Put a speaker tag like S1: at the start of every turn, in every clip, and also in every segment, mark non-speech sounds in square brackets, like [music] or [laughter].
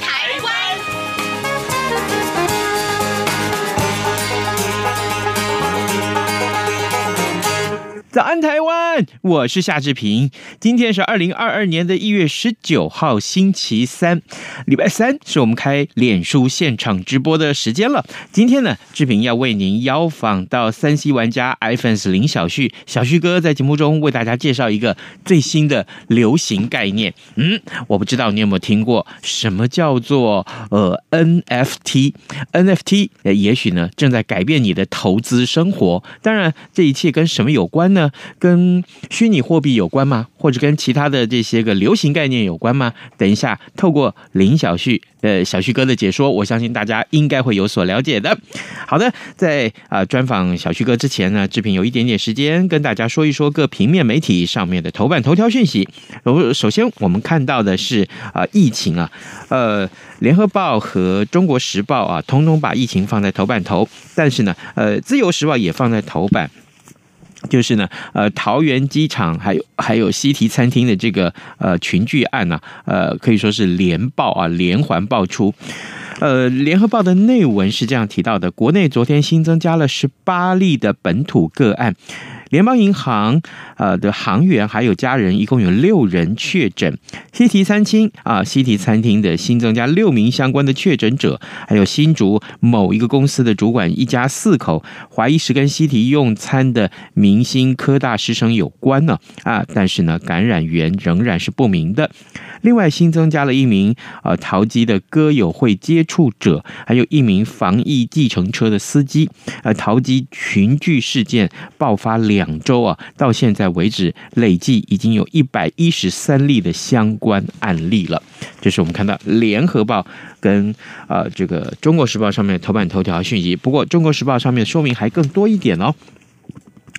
S1: 台湾》。
S2: 早安，台湾！我是夏志平。今天是二零二二年的一月十九号，星期三，礼拜三，是我们开脸书现场直播的时间了。今天呢，志平要为您邀访到三 C 玩家 iPhones 林小旭，小旭哥在节目中为大家介绍一个最新的流行概念。嗯，我不知道你有没有听过什么叫做呃 NFT？NFT 呃，也许呢正在改变你的投资生活。当然，这一切跟什么有关呢？跟虚拟货币有关吗？或者跟其他的这些个流行概念有关吗？等一下，透过林小旭呃小旭哥的解说，我相信大家应该会有所了解的。好的，在啊、呃专访小旭哥之前呢，志平有一点点时间跟大家说一说各平面媒体上面的头版头条讯息。呃首先我们看到的是啊、呃疫情啊，呃，联合报和中国时报啊，通通把疫情放在头版头，但是呢，呃，自由时报也放在头版。就是呢，呃，桃园机场还有还有西提餐厅的这个呃群聚案呢、呃，可以说是连爆啊，连环爆出。呃，联合报的内文是这样提到的：国内昨天新增加了十八例的本土个案，联邦银行呃的行员还有家人一共有六人确诊。西提餐厅啊，西提餐厅的新增加六名相关的确诊者，还有新竹某一个公司的主管一家四口怀疑是跟西提用餐的明星科大师生有关呢啊，但是呢，感染源仍然是不明的。另外新增加了一名呃淘机的歌友会接触者，还有一名防疫计程车的司机。呃，淘机群聚事件爆发两周啊，到现在为止累计已经有一百一十三例的相关案例了。这是我们看到《联合报》跟呃这个《中国时报》上面的头版头条讯息。不过，《中国时报》上面说明还更多一点哦。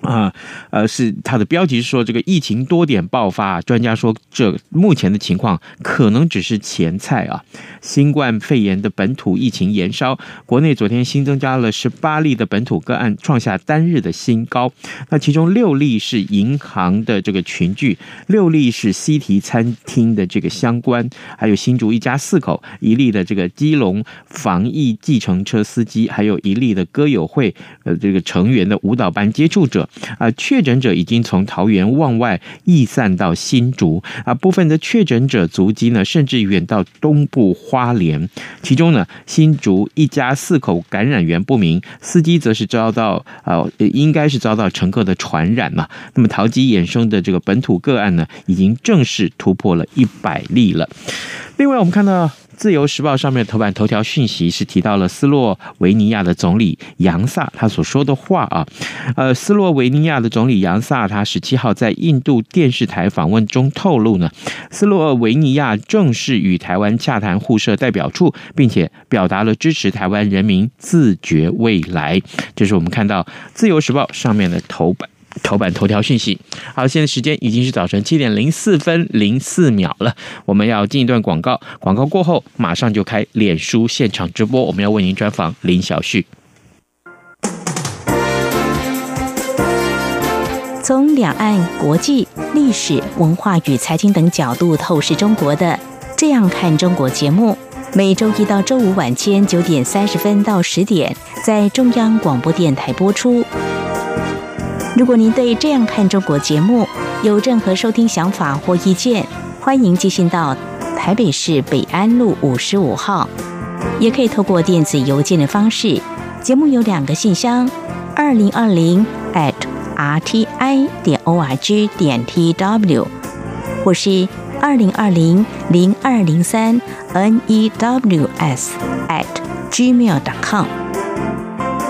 S2: 啊，呃，是它的标题是说这个疫情多点爆发，专家说这目前的情况可能只是前菜啊。新冠肺炎的本土疫情延烧，国内昨天新增加了十八例的本土个案，创下单日的新高。那其中六例是银行的这个群聚，六例是西提餐厅的这个相关，还有新竹一家四口，一例的这个基隆防疫计程车司机，还有一例的歌友会呃这个成员的舞蹈班接触者。啊、确诊者已经从桃园往外溢散到新竹啊、部分的确诊者足迹呢，甚至远到东部花莲。其中呢，新竹一家四口感染源不明，司机则是遭到呃，应该是遭到乘客的传染嘛。那么桃机衍生的这个本土个案呢，已经正式突破了一百例了。另外，我们看到《自由时报》上面的头版头条讯息是提到了斯洛维尼亚的总理杨萨他所说的话啊，呃，斯洛维尼亚的总理杨萨他十七号在印度电视台访问中透露呢，斯洛维尼亚正式与台湾洽谈互设代表处，并且表达了支持台湾人民自觉未来。这是我们看到《自由时报》上面的头版。头版头条讯息。好，现在时间已经是早晨七点零四分零四秒了。我们要进一段广告，广告过后马上就开脸书现场直播，我们要为您专访林小旭。
S3: 从两岸、国际、历史文化与财经等角度透视中国的《这样看中国》节目，每周一到周五晚间九点三十分到十点在中央广播电台播出。如果您对《这样看中国》节目有任何收听想法或意见，欢迎寄信到台北市北安路五十五号，也可以透过电子邮件的方式。节目有两个信箱：二零二零 at rti 点 org 点 tw，或是二零二零零二零三 news at gmail.com。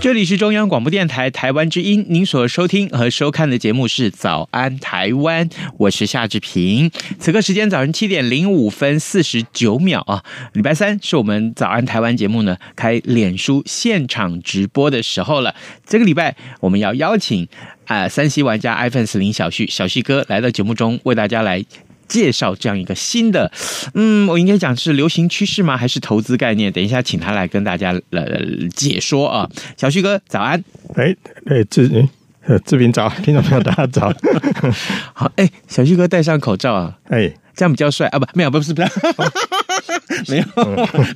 S2: 这里是中央广播电台台湾之音，您所收听和收看的节目是《早安台湾》，我是夏志平。此刻时间早晨七点零五分四十九秒啊，礼拜三是我们《早安台湾》节目呢开脸书现场直播的时候了。这个礼拜我们要邀请啊、呃三 C 玩家 iPhone 四零小旭小旭哥来到节目中，为大家来。介绍这样一个新的，嗯，我应该讲是流行趋势吗？还是投资概念？等一下，请他来跟大家呃解说啊。小旭哥，早安。
S4: 哎哎，志呃志平早， [laughs] 听众朋友大家
S2: [laughs]
S4: 早。
S2: 好，哎，小旭哥戴上口罩啊，
S4: 哎，
S2: 这样比较帅啊！不，没有，不是，不
S4: [laughs]
S2: 是，没有，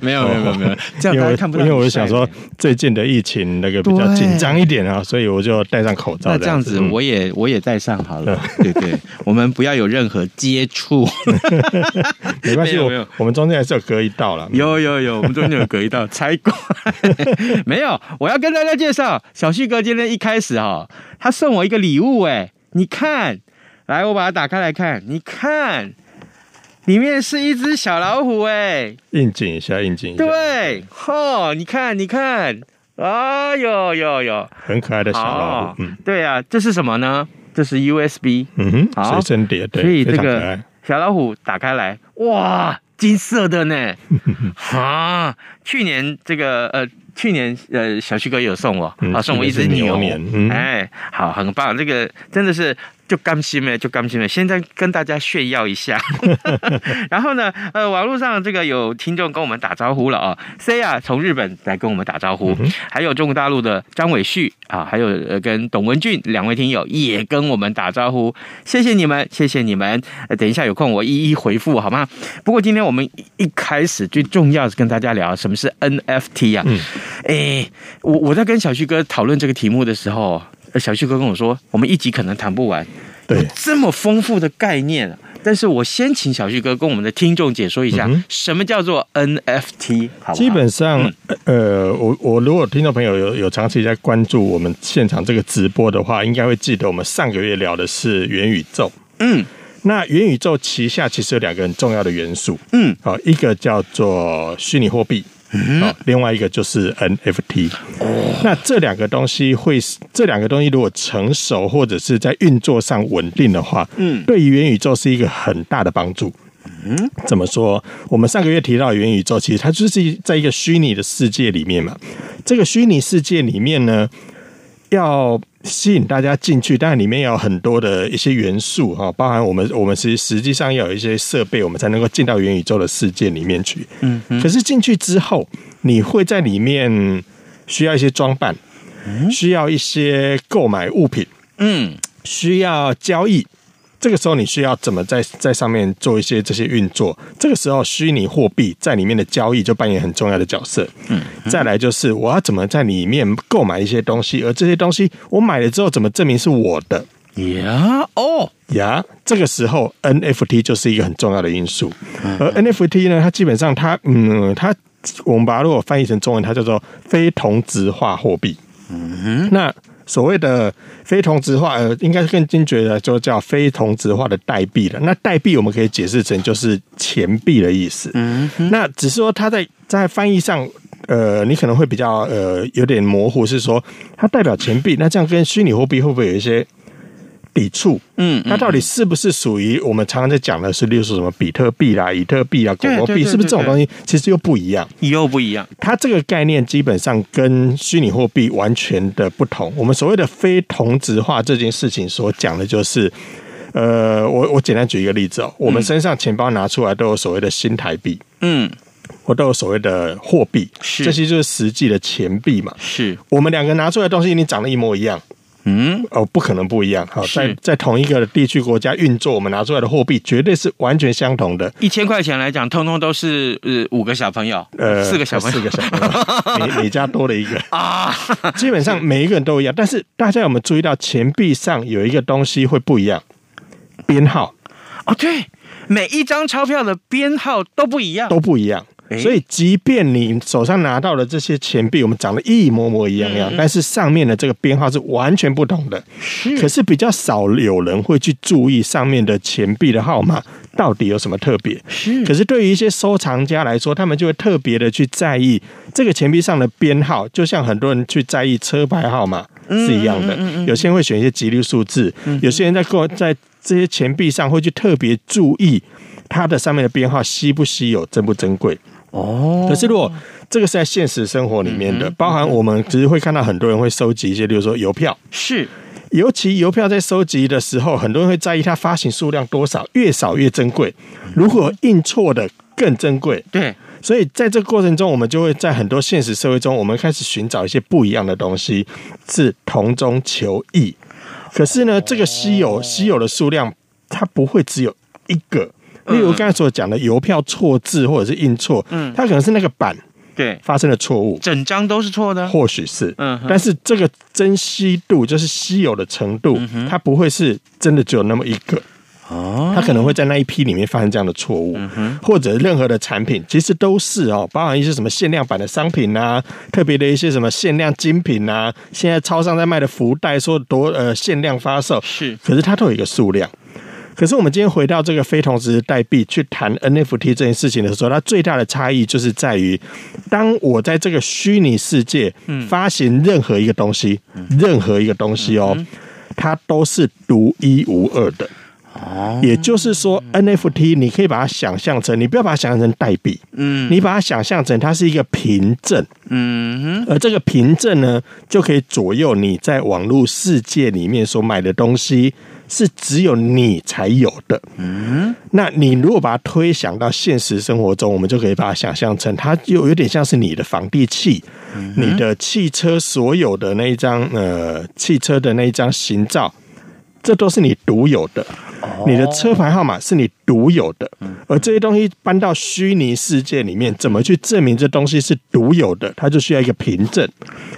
S2: 没有，没有，没有，没有，这样
S4: 因
S2: 大
S4: 为
S2: 家看不到。
S4: 因为我想说，最近的疫情那个比较
S2: 对
S4: 紧张一点啊，所以我就戴上口罩。
S2: 那这样子，
S4: 嗯
S2: 我也我也戴上好
S4: [laughs]
S2: 了。对对，我们不要有任何接触。
S4: 没关系，
S2: 没有没有
S4: 我我们中间还是有隔一道嗯了。
S2: 有有有，我们中间有隔一道拆
S4: [laughs]
S2: 过。没有，我要跟大家介绍，小旭哥今天一开始哦，他送我一个礼物哎，你看，来，我把它打开来看，你看，里面是一只小老虎哎，
S4: 应景一下，应景一下，，
S2: 对，吼，你看，你看，啊哟哟哟，
S4: 很可爱的小老
S2: 好
S4: 虎，嗯，
S2: 对啊，这是什么呢？这是 USB，
S4: 嗯
S2: 好
S4: 哼，随身碟，
S2: 所以
S4: 对，
S2: 这
S4: 非常可
S2: 个
S4: 爱。
S2: 小老虎打开来，哇，金色的
S4: [laughs]
S2: 呢！啊，去年这个呃，去年呃，小旭哥有送我，
S4: 嗯
S2: 啊，送我一只
S4: 去年是
S2: 牛，
S4: 牛年嗯
S2: 哎，好，很棒，这个真的是。就甘心了，就甘心了。现在跟大家炫耀一下，然后呢，呃，网络上这个有听众跟我们打招呼了啊、C 啊从日本来跟我们打招呼，还有中国大陆的张伟旭啊，还有呃跟董文俊两位听友也跟我们打招呼，谢谢你们，谢谢你们。呃、等一下有空我一一回复好吗？不过今天我们一一开始最重要是跟大家聊什么是 NFT 啊。
S4: 嗯
S2: 诶，我我在跟小旭哥讨论这个题目的时候，呃小旭哥跟我说，我们一集可能谈不完，
S4: 对，
S2: 这么丰富的概念。啊但是我先请小旭哥跟我们的听众解说一下，
S4: 嗯哼
S2: 什么叫做 NFT，好不好？嗯
S4: 基本上，呃，我我如果听众朋友有有长期在关注我们现场这个直播的话，应该会记得我们上个月聊的是元宇宙。
S2: 嗯，
S4: 那元宇宙旗下其实有两个很重要的元素，
S2: 嗯，
S4: 好，一个叫做虚拟货币，嗯，另外一个就是 NFT。那
S2: 哦
S4: 这两个东西会是，这两个东西如果成熟或者是在运作上稳定的话，嗯，对于元宇宙是一个很大的帮助。怎么说？我们上个月提到的元宇宙，其实它就是在一个虚拟的世界里面嘛。这个虚拟世界里面呢，要吸引大家进去，当然里面要有很多的一些元素哈，包含我们我们其实实际上要有一些设备，我们才能够进到元宇宙的世界里面去。嗯，可是进去之后，你会在里面需要一些装扮，需要一些购买物品，
S2: 嗯，
S4: 需要交易。这个时候你需要怎么在在上面做一些这些运作？这个时候虚拟货币在里面的交易就扮演很重要的角色。嗯，再来就是我要怎么在里面购买一些东西，而这些东西我买了之后怎么证明是我的？
S2: 呀，哦，
S4: 呀这个时候 NFT 就是一个很重要的因素。而 NFT 呢，它基本上它嗯，它我们把它如果翻译成中文，它叫做非同质化货币。嗯，那所谓的非同质化，呃，应该更精确的就叫非同质化的代币了。那代币我们可以解释成就是钱币的意思。嗯，那只是说它在在翻译上。呃，你可能会比较呃有点模糊，是说它代表钱币，那这样跟虚拟货币会不会有一些抵触？
S2: 嗯，
S4: 它到底是不是属于我们常常在讲的是，例如说什么比特币啦、以特币啦、狗
S2: 对
S4: 狗
S2: 对
S4: 币，
S2: 对
S4: 是不是这种
S2: 对
S4: 东西其实又不一样？
S2: 又不一样，
S4: 它这个概念基本上跟虚拟货币完全的不同。我们所谓的非同质化这件事情所讲的就是，呃，我我简单举一个例子哦，我们身上钱包拿出来都有所谓的新台币，
S2: 嗯，
S4: 或都有所谓的货币，
S2: 是
S4: 这些就是实际的钱币嘛。
S2: 是，
S4: 我们两个拿出来的东西一定长得一模一样，
S2: 嗯，
S4: 哦，不可能不一样。好，
S2: 是
S4: 在在同一个地区国家运作，我们拿出来的货币绝对是完全相同的。
S2: 一千块钱来讲，通通都是呃五个小朋友，
S4: 呃，
S2: 四个小朋友，
S4: 四个小朋友，你你家多了一个
S2: 啊，
S4: 基本上每一个人都一样，但是大家有没有注意到钱币上有一个东西会不一样？编号
S2: 哦对，每一张钞票的编号都不一样，
S4: 都不一样
S2: 诶，
S4: 所以即便你手上拿到的这些钱币，我们长得一模模一
S2: 嗯
S4: 样样，但是上面的这个编号是完全不同的。可是比较少有人会去注意上面的钱币的号码到底有什么特别。
S2: 是
S4: 可是对于一些收藏家来说，他们就会特别的去在意这个钱币上的编号，就像很多人去在意车牌号码
S2: 嗯
S4: 是一样的。有些人会选一些吉利数字，有些人在购在这些钱币上会去特别注意它的上面的编号稀不稀有、珍不珍贵。
S2: 哦，
S4: 可是如果这个是在现实生活里面的，包含我们其实会看到很多人会收集一些，例如说邮票。
S2: 是
S4: 尤其邮票在收集的时候，很多人会在意它发行数量多少，越少越珍贵。如果印错的更珍贵，
S2: 对，
S4: 所以在这个过程中，我们就会在很多现实社会中，我们开始寻找一些不一样的东西，是同中求异。可是呢，这个稀有稀有的数量，它不会只有一个。例如刚才所讲的邮票错字或者是印错，它可能是那个版
S2: 对，
S4: 发生了错误，
S2: 整张都是错的，
S4: 或许是，
S2: 嗯哼
S4: 但是这个珍稀度就是稀有的程度，
S2: 嗯
S4: 它不会是真的只有那么一个。哦，它可能会在那一批里面发生这样的错误，或者任何的产品，其实都是哦，包含一些什么限量版的商品啊，特别的一些什么限量精品啊，现在超商在卖的福袋，说多呃限量发售，
S2: 是
S4: 可是它都有一个数量。可是我们今天回到这个非同值代币去谈 NFT 这件事情的时候，它最大的差异就是在于，当我在这个虚拟世界发行任何一个东西，任何一个东西哦，它都是独一无二的。也就是说，NFT 你可以把它想象成，你不要把它想象成代币，嗯，你把它想象成它是一个凭证，嗯，而这个凭证呢，就可以左右你在网络世界里面所买的东西是只有你才有的，那你如果把它推想到现实生活中，我们就可以把它想象成，它有有点像是你的房地契，你的汽车所有的那一张呃汽车的那一张行照，这都是你独有的。你的车牌号码是你独有的，而这些东西搬到虚拟世界里面，怎么去证明这东西是独有的？它就需要一个凭证，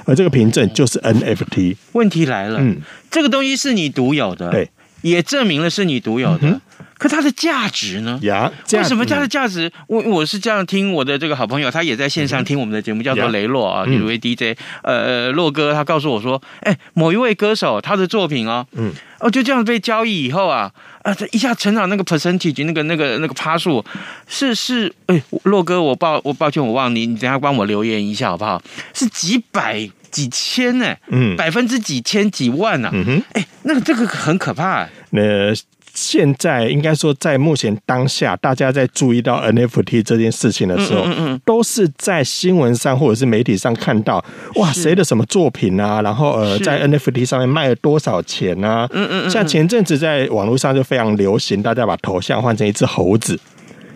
S4: 而这个凭证就是 NFT。
S2: 问题来了，
S4: 嗯
S2: 这个东西是你独有的，
S4: 对，嗯
S2: 也证明了是你独有的，可它的价值呢？
S4: 呀，这
S2: 为
S4: 样
S2: 什么它的
S4: 嗯
S2: 价值？我我是这样听我的这个好朋友，他也在线上听我们的节目，叫做
S4: 呀
S2: 雷洛啊，
S4: 嗯
S2: 有位 DJ，呃，洛哥，他告诉我说，哎，某一位歌手他的作品哦，
S4: 嗯，
S2: 哦，就这样被交易以后啊，啊，这一下成长那个 percentage 那个那个那个趴数是是，哎，洛哥，我抱我抱歉，我忘你，你等一下帮我留言一下好不好？是几百几千呢、
S4: 嗯
S2: 百分之几千几万呢、啊？
S4: 嗯哼。
S2: 哎，那个这个很可怕、哎
S4: 那现在应该说，在目前当下，大家在注意到 NFT 这件事情的
S2: 嗯
S4: 时候，都是在新闻上或者是媒体上看到，哇，谁的什么作品啊，然后呃，
S2: 是
S4: 在 NFT 上面卖了多少钱啊？嗯嗯像前阵子在网络上就非常流行，大家把头像换成一只猴子，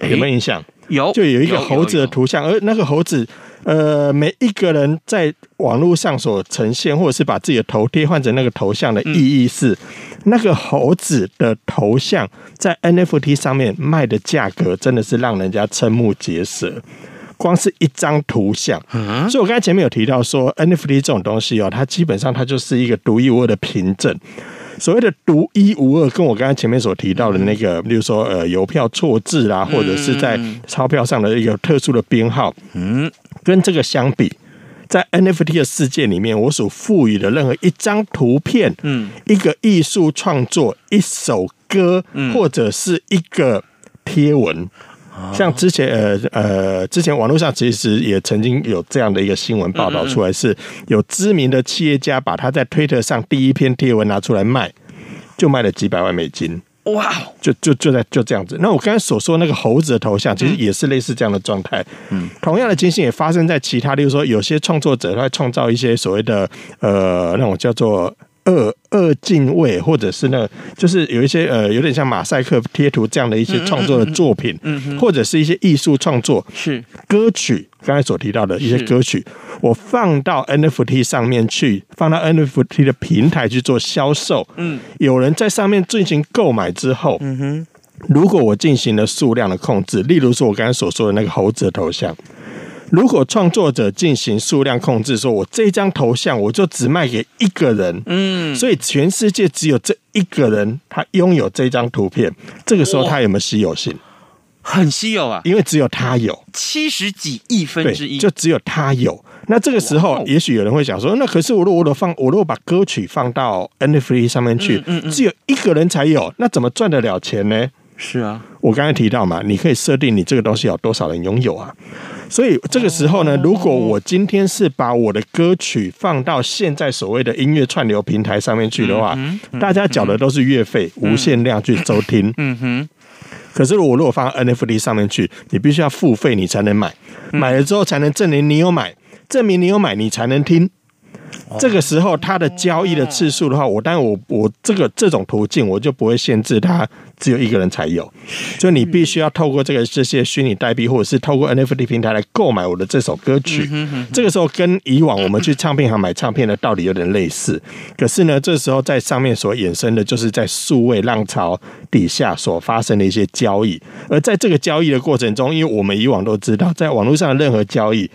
S4: 有没有印象？
S2: 有
S4: 就有一个猴子
S2: 有
S4: 的
S2: 有
S4: 图像，而那个猴子，呃，每一个人在网络上所呈现，或者是把自己的头贴换成那个头像的意
S2: 嗯
S4: 义是，那个猴子的头像在 NFT 上面卖的价格真的是让人家瞠目结舌。光是一张图像，
S2: 啊
S4: 所以我刚才前面有提到说，NFT 这种东西哦，它基本上它就是一个独一无二的凭证。所谓的独一无二，跟我刚才前面所提到的那个，例如说呃邮票错字啊，或者是在钞票上的一个特殊的编号，嗯，跟这个相比。在 NFT 的世界里面，我所赋予的任何一张图片，嗯，一个艺术创作、一首歌，或者是一个贴文，像之前呃呃，之前网络上其实也曾经有这样的一个新闻报道出来，是有知名的企业家把他在推特上第一篇贴文拿出来卖，就卖了几百万美金。
S2: 哇哦。
S4: 就就就在就这样子。那我刚才所说那个猴子的头
S2: 嗯
S4: 像，其实也是类似这样的状态。嗯，同样的情形也发生在其他，例如说有些创作者他会创造一些所谓的呃那种叫做二二进位，或者是呢，就是有一些呃，有点像马赛克贴图这样的一
S2: 嗯
S4: 些创作的作品，或者是一些艺术创作，
S2: 是
S4: 歌曲，刚才所提到的一些
S2: 是
S4: 歌曲，我放到 NFT 上面去，放到 NFT 的平台去做销售。嗯，有人在上面进行购买之后，嗯哼，如果我进行了数量的控制，例如说我刚才所说的那个猴子的头像。如果创作者进行数量控制，说我这张头像我就只卖给一个人，嗯，所以全世界只有这一个人他拥有这张图片，这个时候他有没有稀有性？
S2: 很稀有啊，
S4: 因为只有他有，
S2: 七十几亿分
S4: 对，
S2: 之一，哦
S4: 就只有他有。那这个时候，也许有人会想说，那可是我如果我都放，我如果把歌曲放到 NFT 上面去，
S2: 嗯
S4: 只有一个人才有，那怎么赚得了钱呢？
S2: 是啊，
S4: 我刚才提到嘛，你可以设定你这个东西有多少人拥有啊。所以这个时候呢，如果我今天是把我的歌曲放到现在所谓的音乐串流平台上面去的话，大家缴的都是月费，无限量去收听。嗯哼。可是我如果放到 NFT 上面去，你必须要付费，你才能买，买了之后才能证明你有买，证明你有买，你才能听。这个时候，它的交易的次数的话，我当然我我这个这种途径，我就不会限制它只有一个人才有，所以你必须要透过这个这些虚拟代币，或者是透过 NFT 平台来购买我的这首歌
S2: 嗯
S4: 曲。这个时候跟以往我们去唱片行买唱片的道理有点类似，可是呢，这时候在上面所衍生的就是在数位浪潮底下所发生的一些交易，而在这个交易的过程中，因为我们以往都知道，在网络上的任何交易，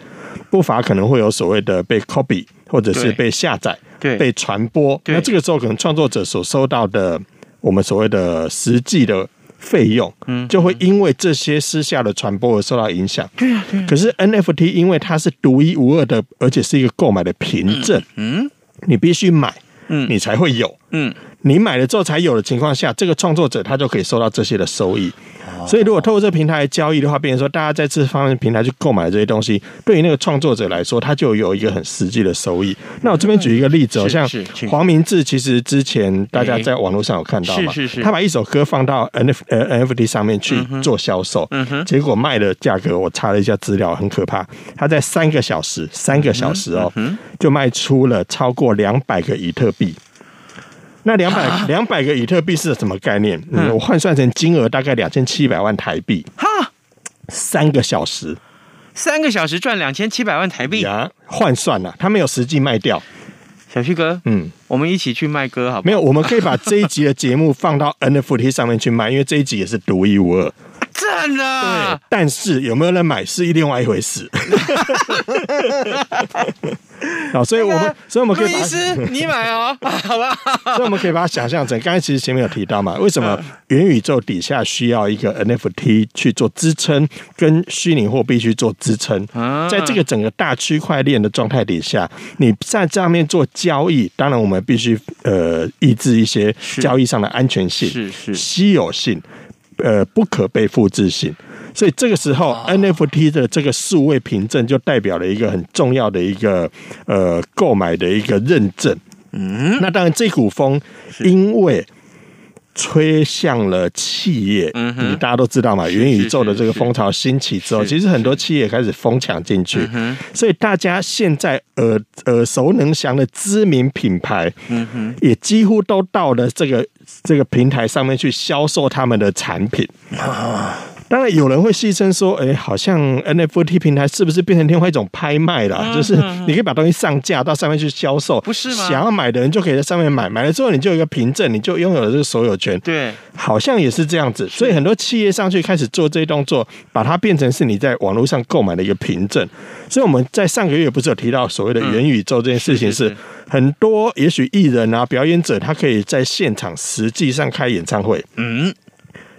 S4: 不乏可能会有所谓的被 copy 或者是
S2: 对
S4: 被下载、
S2: 对
S4: 被传播。
S2: 对
S4: 那这个时候，可能创作者所收到的我们所谓的实际的费用，就会因为这些私下的传播而受到影响。对啊，对可是 NFT 因为它是独一无二的，而且是一个购买的凭证，嗯，你必须买，嗯，你才会有，
S2: 嗯。
S4: 你买了之后才有的情况下，这个创作者他就可以收到这些的收益。所以，如果透过这个平台来交易的话，变成说大家在这方面平台去购买这些东西，对于那个创作者来说，他就有一个很实际的收益。那我这边举一个例子哦，
S2: 是
S4: 像
S2: 是请嗯
S4: 黄明志，其实之前大家在网络上有看到嘛，
S2: 是是是嗯
S4: 他把一首歌放到 N F 呃 NFT 上面去做销售，结果卖的价格我查了一下资料，很可怕，他在三个小时，三个小时哦，
S2: 嗯
S4: 就卖出了超过两百个以特币。那两
S2: 啊
S4: 百两百个以特币是什么概念？嗯我换算成金额大概两千七百万台币，
S2: 哈，
S4: 三个小时
S2: 三个小时赚两千七百万台币，
S4: 呀，换算了、他没有实际卖掉，
S2: 小旭哥，
S4: 嗯，
S2: 我们一起去卖歌好不好？
S4: 没有，我们可以把这一集的节目放到 NFT 上面去卖，因为这一集也是独一无二。
S2: 赞啊！
S4: 但是有没有人买是另外一
S2: [laughs]
S4: 回事。好，所以我们，所以我们可
S2: 路
S4: 以把
S2: 易
S4: 它，所 [laughs]
S2: 斯，你买哦，好吧？
S4: 以我们可以把它想象成，刚才其实前面有提到
S2: [laughs]
S4: 嘛，为什
S2: 嗯
S4: 么元宇宙底下需要一个 NFT 去做支撑，跟虚拟货币去做支撑
S2: 啊？
S4: 在这个整个大区块链的状态底下，你在上面做交易，当然我们必须呃抑制一些交易上的安全性。
S2: 是是，
S4: 稀有性，呃，不可被复制性。所以这个时候、NFT 的这个数位凭证就代表了一个很重要的一个呃购买的一个认证。嗯，那当然这股风因为。吹向了企业，
S2: 嗯
S4: 你大家都知道嘛，元宇宙的这个风潮兴起之后，其实很多企业开始疯抢进
S2: 嗯
S4: 去，所以大家现在耳耳熟能详的知名品牌，
S2: 嗯
S4: 也几乎都到了这个这个平台上面去销售他们的产品。当然，有人会戏称说：“哎，好像 NFT 平台是不是变成另外一种拍卖了？
S2: 嗯
S4: 就是你可以把东西上架到上面去销售，不
S2: 是吗
S4: 想要买的人就可以在上面买，买了之后你就有一个凭证，你就拥有了这个所有权。
S2: 对，
S4: 好像也是这样子，所以很多企业上去开始做这些动作，把它变成是你在网络上购买的一个凭证。所以我们在上个月不是有提到所谓的元宇宙这件事情
S2: 是
S4: 是，
S2: 是
S4: 很多也许艺人啊、表演者，他可以在现场实际上开演唱会，嗯，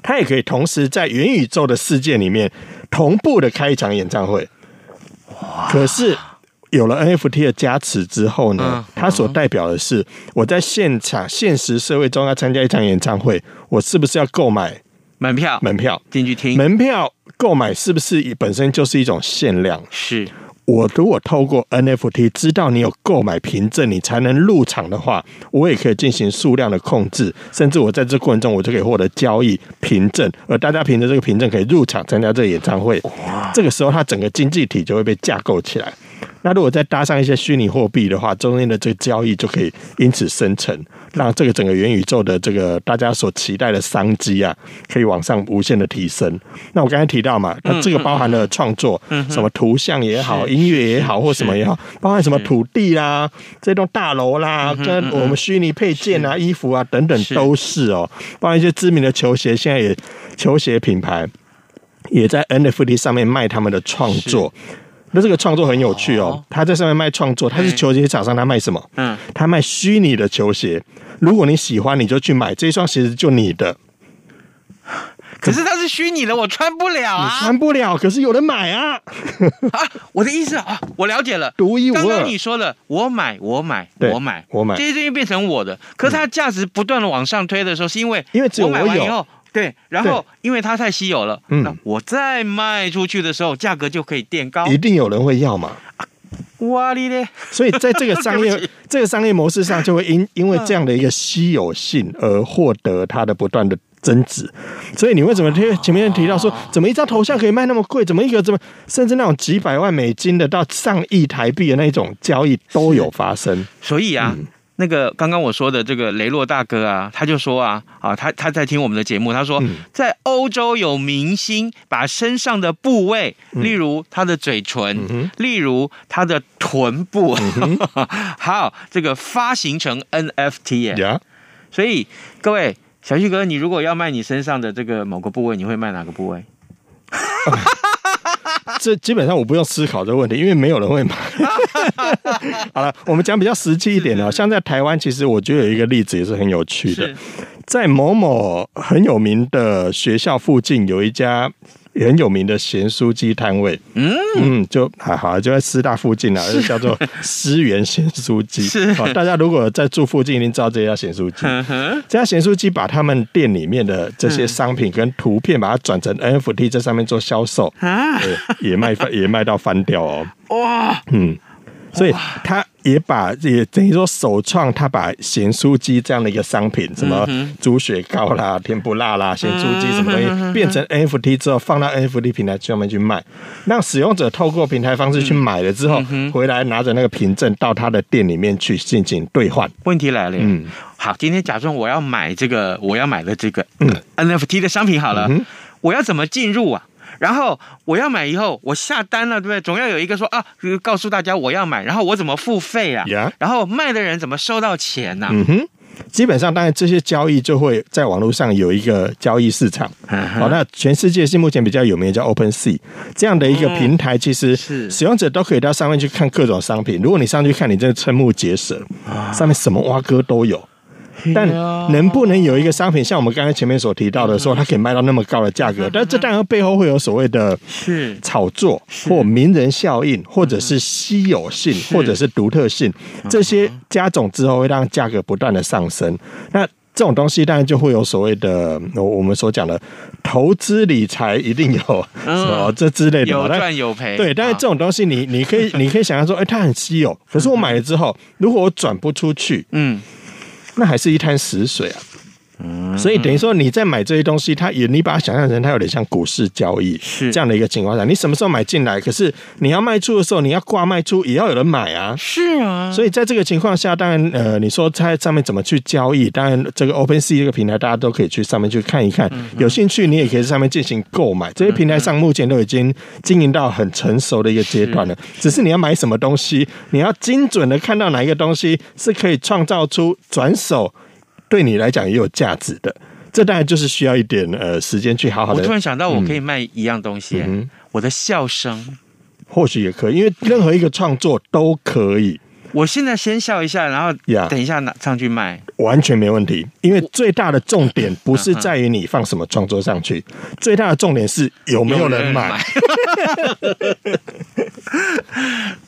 S4: 他也可以同时在元宇宙的世界里面同步的开一场演唱会。可是有了 NFT 的加持之后呢，它所代表的是我在现场现实社会中要参加一场演唱会，我是不是要购买
S2: 门票
S4: 门票？
S2: 进去听
S4: 门票购买是不是本身就是一种限量？
S2: 是
S4: 我如果透过 NFT 知道你有购买凭证，你才能入场的话，我也可以进行数量的控制，甚至我在这过程中我就可以获得交易凭证，而大家凭着这个凭证可以入场参加这个演唱会。这个时候，它整个经济体就会被架构起来。那如果再搭上一些虚拟货币的话，中间的这个交易就可以因此生成，让这个整个元宇宙的这个大家所期待的商机啊，可以往上无限的提升。那我刚才提到嘛，那这个包含了创作，什么图像也好，音乐也好，或什么也好，包含什么土地啦、这栋大楼啦，跟我们虚拟配件啊、衣服啊等等
S5: 是
S4: 都是哦，包含一些知名的球鞋，现在也球鞋品牌。也在 NFT 上面卖他们的创作。那这个创作很有趣哦，他在上面卖创作，他是球鞋厂商，他卖什么？嗯，他卖虚拟的球鞋。如果你喜欢，你就去买这一双鞋子，就你的，
S2: 可是它是虚拟的，我穿不了
S4: 你
S2: 啊！
S4: 穿不了，可是有人买啊。
S2: 啊，我的意思啊，我了解了。
S4: 独一无二
S2: 刚刚你说了，我买，我买，
S4: 对
S2: 我买，
S4: 我买
S2: 这些东西变成我的。可是它价值不断的往上推的时候，是因为
S4: 因为只有
S2: 我买
S4: 我
S2: 完
S4: 有
S2: 以后，对，然后因为它太稀有了，
S4: 嗯
S2: 那我再卖出去的时候，价格就可以垫高。
S4: 一定有人会要嘛，
S2: 哇哩嘞！
S4: 所以在这个商
S2: [laughs] 对不
S4: 业
S2: 起
S4: 这个商业模式上，就会因因为这样的一个稀有性而获得它的不断的增值。所以你为什么听前面提到说，怎么一张头像可以卖那么贵？怎么一个怎么甚至那种几百万美金的到上亿台币的那种交易都有
S2: [laughs]
S4: 发生？
S2: 所以啊，
S4: 嗯
S2: 那个刚刚我说的这个雷洛大哥啊，他就说啊，啊，他他在听我们的节目，他说、
S4: 嗯
S2: 在欧洲有明星把身上的部位，例如他的嘴唇，
S4: 嗯哼嗯
S2: 例如他的臀部， [laughs] 好，这个发行成 NFT 耶、
S4: 呀、
S2: 所以各位。小旭哥，你如果要卖你身上的这个某个部位，你会卖哪个部位？
S4: 这基本上我不用思考这个问题，因为没有人会买。 [laughs] 好了，我们讲比较实际一点的、像在台湾，其实我觉得有一个例子也是很有趣的
S2: 是，
S4: 在某某很有名的学校附近有一家。很有名的咸酥鸡摊位，嗯就还好，就在师大附近啊，就叫做思源咸酥鸡。
S2: [laughs] 是
S4: 哦，大家如果在住附近，一定知道这家咸酥鸡。
S2: 嗯哼，嗯
S4: 这家咸酥鸡把他们店里面的这些商品跟图片，把它转成 NFT，在上面做销售，
S2: 啊
S4: 对也卖翻，也卖到翻掉哦。
S2: 哇，
S4: 嗯，所以他也把也等于说首创，他把咸酥鸡这样的一个商品，什么猪血糕啦、甜不辣啦、咸酥鸡什么东西，变成 NFT 之后，放到 NFT 平台上面去卖，让使用者透过平台方式去买了之后，回来拿着那个凭证到他的店里面去进行兑换。
S2: 问题来了，嗯，
S4: 嗯
S2: 好，今天假装我要买这个，我要买的这个、NFT
S4: 嗯
S2: 的商品好了，我要怎么进入啊？然后我要买以后，我下单了，对不对？总要有一个说啊，呃告诉大家我要买，然后我怎么付费啊
S4: Yeah
S2: 然后卖的人怎么收到钱呢、
S4: 嗯哼，基本上当然这些交易就会在网络上有一个交易市场。
S2: 嗯
S4: 好，哦那全世界是目前比较有名的叫 Open Sea 这样的一个平台，其实
S2: 是
S4: 使用者都可以到上面去看各种商品。如果你上去看，你真的瞠目结舌，上面什么蛙哥都有。但能不能有一个商品，像我们刚才前面所提到的
S2: 嗯
S4: 说，它可以卖到那么高的价格？但这当然背后会有所谓的
S2: 是嗯
S4: 炒作或名人效应，或者是稀有性，或者是独特性，这些加总之后会让价格不断的上升。那这种东西当然就会有所谓的呃我们所讲的投资理财，一定有什么这之类的嘛，
S2: 嗯有
S4: 但
S2: 赚有赔。
S4: 对，但是这种东西你你可以你可以想象说，哎、它很稀有，可是我买了之后，如果我转不出去，
S2: 嗯，
S4: 那还是一滩死水啊。所以等于说你在买这些东西，它也你把它想象成它有点像股市交易
S2: 是
S4: 这样的一个情况下，你什么时候买进来，可是你要卖出的时候，你要挂卖出也要有人买啊。
S2: 是啊，
S4: 所以在这个情况下，当然，呃，你说在上面怎么去交易？当然，这个 OpenSea 这个平台，大家都可以去上面去看一看。
S2: 嗯
S4: 有兴趣，你也可以在上面进行购买。这些平台上目前都已经经营到很成熟的一个阶段
S2: 嗯
S4: 了。只是你要买什么东西，你要精准的看到哪一个东西是可以创造出转手对你来讲也有价值的。这当然就是需要一点呃时间去好好
S2: 我突
S4: 的
S2: 然，想到，我可以卖一样东西、
S4: 嗯
S2: 我的笑声。
S4: 或许也可以，因为任何一个创作都可以。
S2: 我现在先笑一下，然后
S4: Yeah
S2: 等一下拿上去卖。
S4: 完全没问题，因为最大的重点不是在于你放什么创作上去，最大的重点是有没有人买。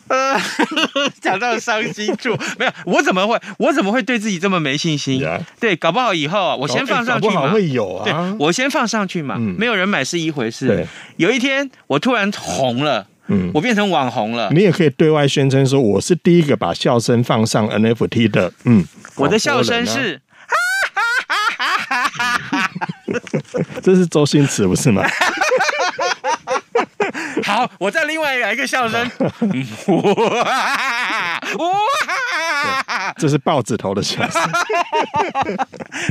S2: 呃，讲到伤心处，没有，我怎么会，我怎么会对自己这么没信心
S4: Yeah
S2: 对，搞不好以后啊，我先放上去
S4: 搞不好
S2: 嘛。
S4: 会有
S2: 对
S4: 啊，。
S2: 我先放上去嘛，
S4: 嗯
S2: 没有人买是一回
S4: 对
S2: 事。有一天我突然红了，
S4: 嗯
S2: 我变成网红了，
S4: 你也可以对外宣称说我是第一个把笑声放上 NFT 的，嗯，
S2: 我的笑
S4: 广
S2: 声
S4: 播人啊，
S2: 是 [laughs]
S4: 这是周星驰不是吗？
S2: 哈好，我再另外来一个笑声，嗯哇哇！
S4: 这是豹子头的笑声。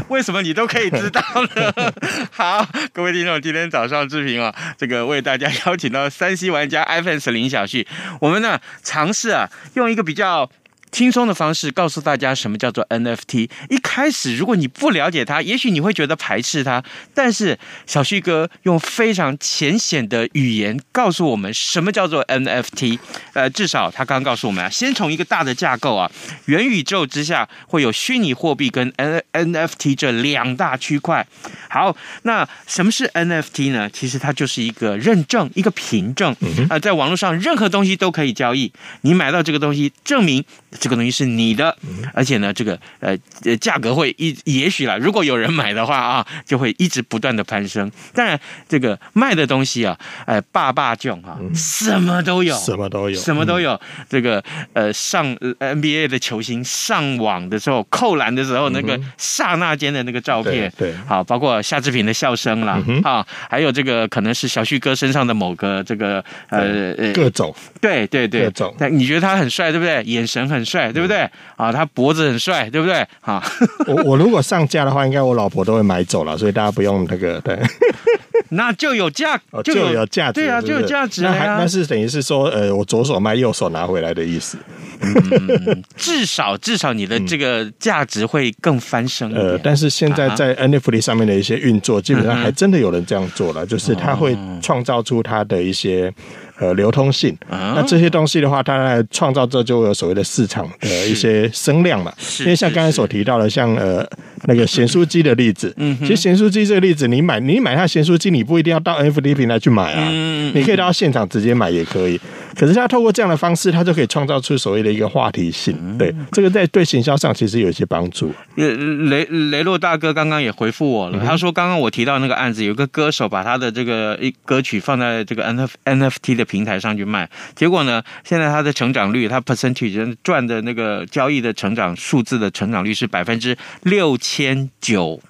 S2: 为什么你都可以知道呢？好，各位听众，今天早上志平啊，这个为大家邀请到山西玩家 iPhone 十林小旭，我们呢尝试啊用一个比较。轻松的方式告诉大家什么叫做 NFT。一开始，如果你不了解它，也许你会觉得排斥它。但是小旭哥用非常浅显的语言告诉我们什么叫做 NFT。呃，至少他刚告诉我们啊，先从一个大的架构啊，元宇宙之下会有虚拟货币跟 N NFT 这两大区块。好，那什么是 NFT 呢？其实它就是一个认证，一个凭证啊、呃在网络上任何东西都可以交易。你买到这个东西，证明这个东西是你的，而且呢，这个呃呃价格会一也许啦，如果有人买的话啊，就会一直不断的攀升。当然，这个卖的东西啊，哎、霸霸囧啊，什么都有，
S4: 什么都有嗯
S2: 什么都有。这个呃上呃 NBA 的球星上网的时候扣篮的时候，那个刹那间的那个照片，
S4: 嗯对对
S2: 好，包括夏志平的笑声啦，
S4: 嗯哼
S2: 啊，还有这个可能是小旭哥身上的某个这个呃呃
S4: 嗯各种
S2: 对对对
S4: 各种，嗯
S2: 但你觉得他很帅，对不对？眼神很帅，对不对？啊，他脖子很帅，对不对？
S4: [laughs]
S2: 啊，
S4: 我我如果上架的话，应该我老婆都会买走了，所以大家不用那个对，
S2: 那就有价
S4: 哦， [laughs] 就有价值，
S2: 对啊，
S4: 是不
S2: 就是有价值
S4: 那
S2: 了
S4: 还
S2: 呀
S4: 那。是等于是说，呃，我左手卖，右手拿回来的意思。
S2: 至少至少你的这个价值会更翻升一
S4: 嗯呃，
S2: 点。
S4: 但是现在在 NFT 上面的一些运作，基本上还真的有人这样做了，就是它会创造出它的一些呃流通性。那这些东西的话，它在创造这就有所谓的市场的一些声量嘛。因为像刚才所提到的，像呃那个咸酥鸡的例子，其实咸酥鸡这个例子，你买你买它咸酥鸡，你不一定要到 NFT 平台去买啊，你可以到现场直接买也可以。可是它透过这样的方式，它就可以创造出所谓的一个话题性。对，这个在对行销上其实有一些帮助。
S2: 呃雷雷洛大哥刚刚也回复我了，他说刚刚我提到那个案子，有个歌手把他的这个呃一歌曲放在这个 N F N F T 的平台上去卖，结果呢，现在他的成长率，他 percentage 赚的那个交易的成长数字的成长率是百分之六千九，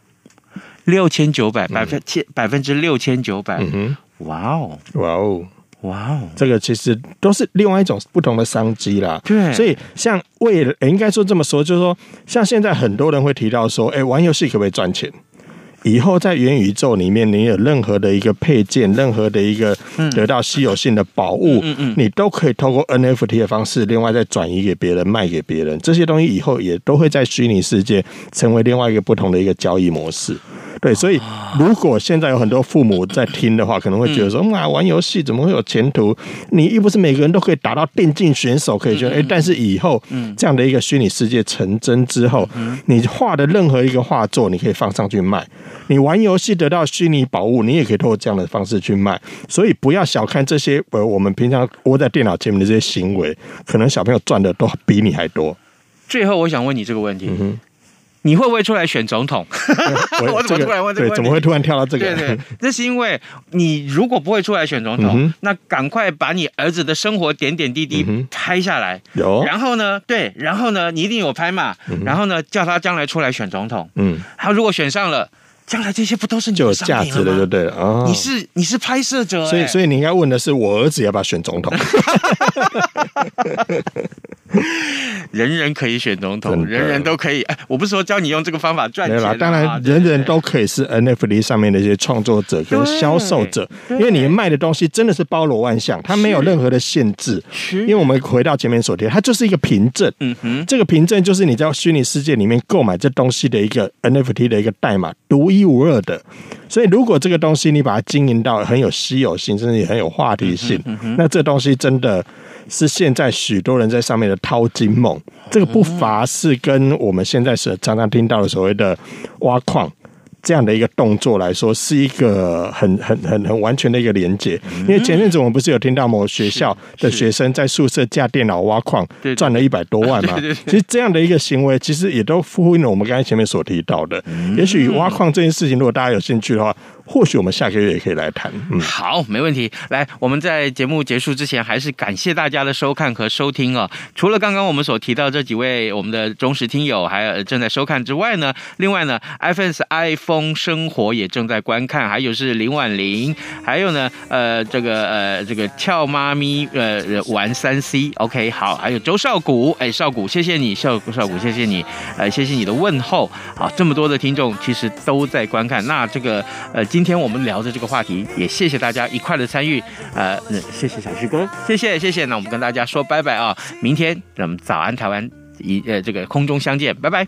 S2: 六千九百百分千百分之六千九百，
S4: 嗯
S2: 哇哦
S4: 哼，哇哦，
S2: 哇哦，
S4: 这个其实都是另外一种不同的商机啦。
S2: 对
S4: 所以像为了、诶应该说这么说，就是说，像现在很多人会提到说，哎、玩游戏可不可以赚钱？以后在元宇宙里面，你有任何的一个配件，任何的一个得到稀有性的宝物，
S2: 嗯嗯
S4: 你都可以透过 NFT 的方式，另外再转移给别人，卖给别人。这些东西以后也都会在虚拟世界成为另外一个不同的一个交易模式。对，所以
S2: 啊
S4: 如果现在有很多父母在听的话，可能会觉得说，嗯啊，玩游戏怎么会有前途？你又不是每个人都可以打到电竞选手，可以
S2: 嗯
S4: 觉得，哎、但是以后这样的一个虚拟世界成真之后，
S2: 嗯
S4: 你画的任何一个画作，你可以放上去卖。你玩游戏得到虚拟宝物，你也可以透过这样的方式去卖。所以不要小看这些，呃，我们平常窝在电脑前面的这些行为，可能小朋友赚的都比你还多。嗯
S2: 最后我想问你这个问题， [laughs]
S4: 哼
S2: 你会不会出来选总统？我怎么突然问这个问
S4: 对，
S2: 题
S4: 怎么会突然跳到这个？
S2: 对对，那是因为你如果不会出来选总统，
S4: 嗯哼
S2: 那赶快把你儿子的生活点点滴
S4: 嗯
S2: 滴
S4: 哼
S2: 拍下来，
S4: 有，
S2: 然后呢，对，然后呢，你一定有拍嘛，然后呢，叫他将来出来选总统，
S4: 嗯，
S2: 他如果选上了，将来这些不都是你
S4: 就有
S2: 的
S4: 价
S2: 商品
S4: 值了，就
S2: 吗？
S4: 对了啊。
S2: 你是哎你是拍摄者、
S4: 所以，所
S2: 以
S4: 以你应该问的是，我儿子要不要选
S2: [laughs]
S4: 总统？
S2: 人人可以选总统，
S4: 真的
S2: 人人都可以。哎，我不是说教你用这个方法赚
S4: 没有
S2: 钱
S4: 啦，
S2: 啊，
S4: 当然，
S2: 对
S4: 人人都可以是 NFT 上面的一些创作者跟销售者，因为你卖的东西真的是包罗万象，它没有任何的限制。因为我们回到前面所提，它就是一个凭证。嗯哼，这个凭证就是你在虚拟世界里面购买这东西的一个呃 NFT 的一个代码，独一无二的。所以，如果这个东西你把它经营到很有稀有性，甚至也很有话题性，那这东西真的是现在许多人在上面的淘金梦。这个不乏是跟我们现在所常常听到的所谓的挖矿。这样的一个动作来说，是一个很很很很完全的一个连接。
S2: 嗯
S4: 因为前阵子我们不是有听到某学校的学生在宿舍架电脑挖矿
S2: 对对，
S4: 赚了一百多万嘛
S2: [laughs] 对对对？
S4: 其实这样的一个行为，其
S2: 嗯
S4: 实也都呼应了我们刚才前面所提到的。也许挖矿这件事情，如果大家有兴趣的话，或许我们下个月也可以来谈。嗯，
S2: 好，没问题。来，我们在节目结束之前，还是感谢大家的收看和收听哦。除了刚刚我们所提到这几位我们的忠实听友还有正在收看之外呢，另外呢，iPhone's iPhone 生活也正在观看，还有是林婉玲，还有呢，呃，这个呃，这个俏妈咪呃呃玩三 C，OK，、好，还有周少谷，哎，少谷，谢谢你，少少谷，谢谢你，呃，谢谢你的问候。好，这么多的听众其实都在观看，那这个呃，今天我们聊的这个话题，也谢谢大家一块的参与，呃，嗯谢谢小旭哥，谢谢谢谢，那我们跟大家说拜拜啊，明天咱们早安台湾一呃这个空中相见，拜拜。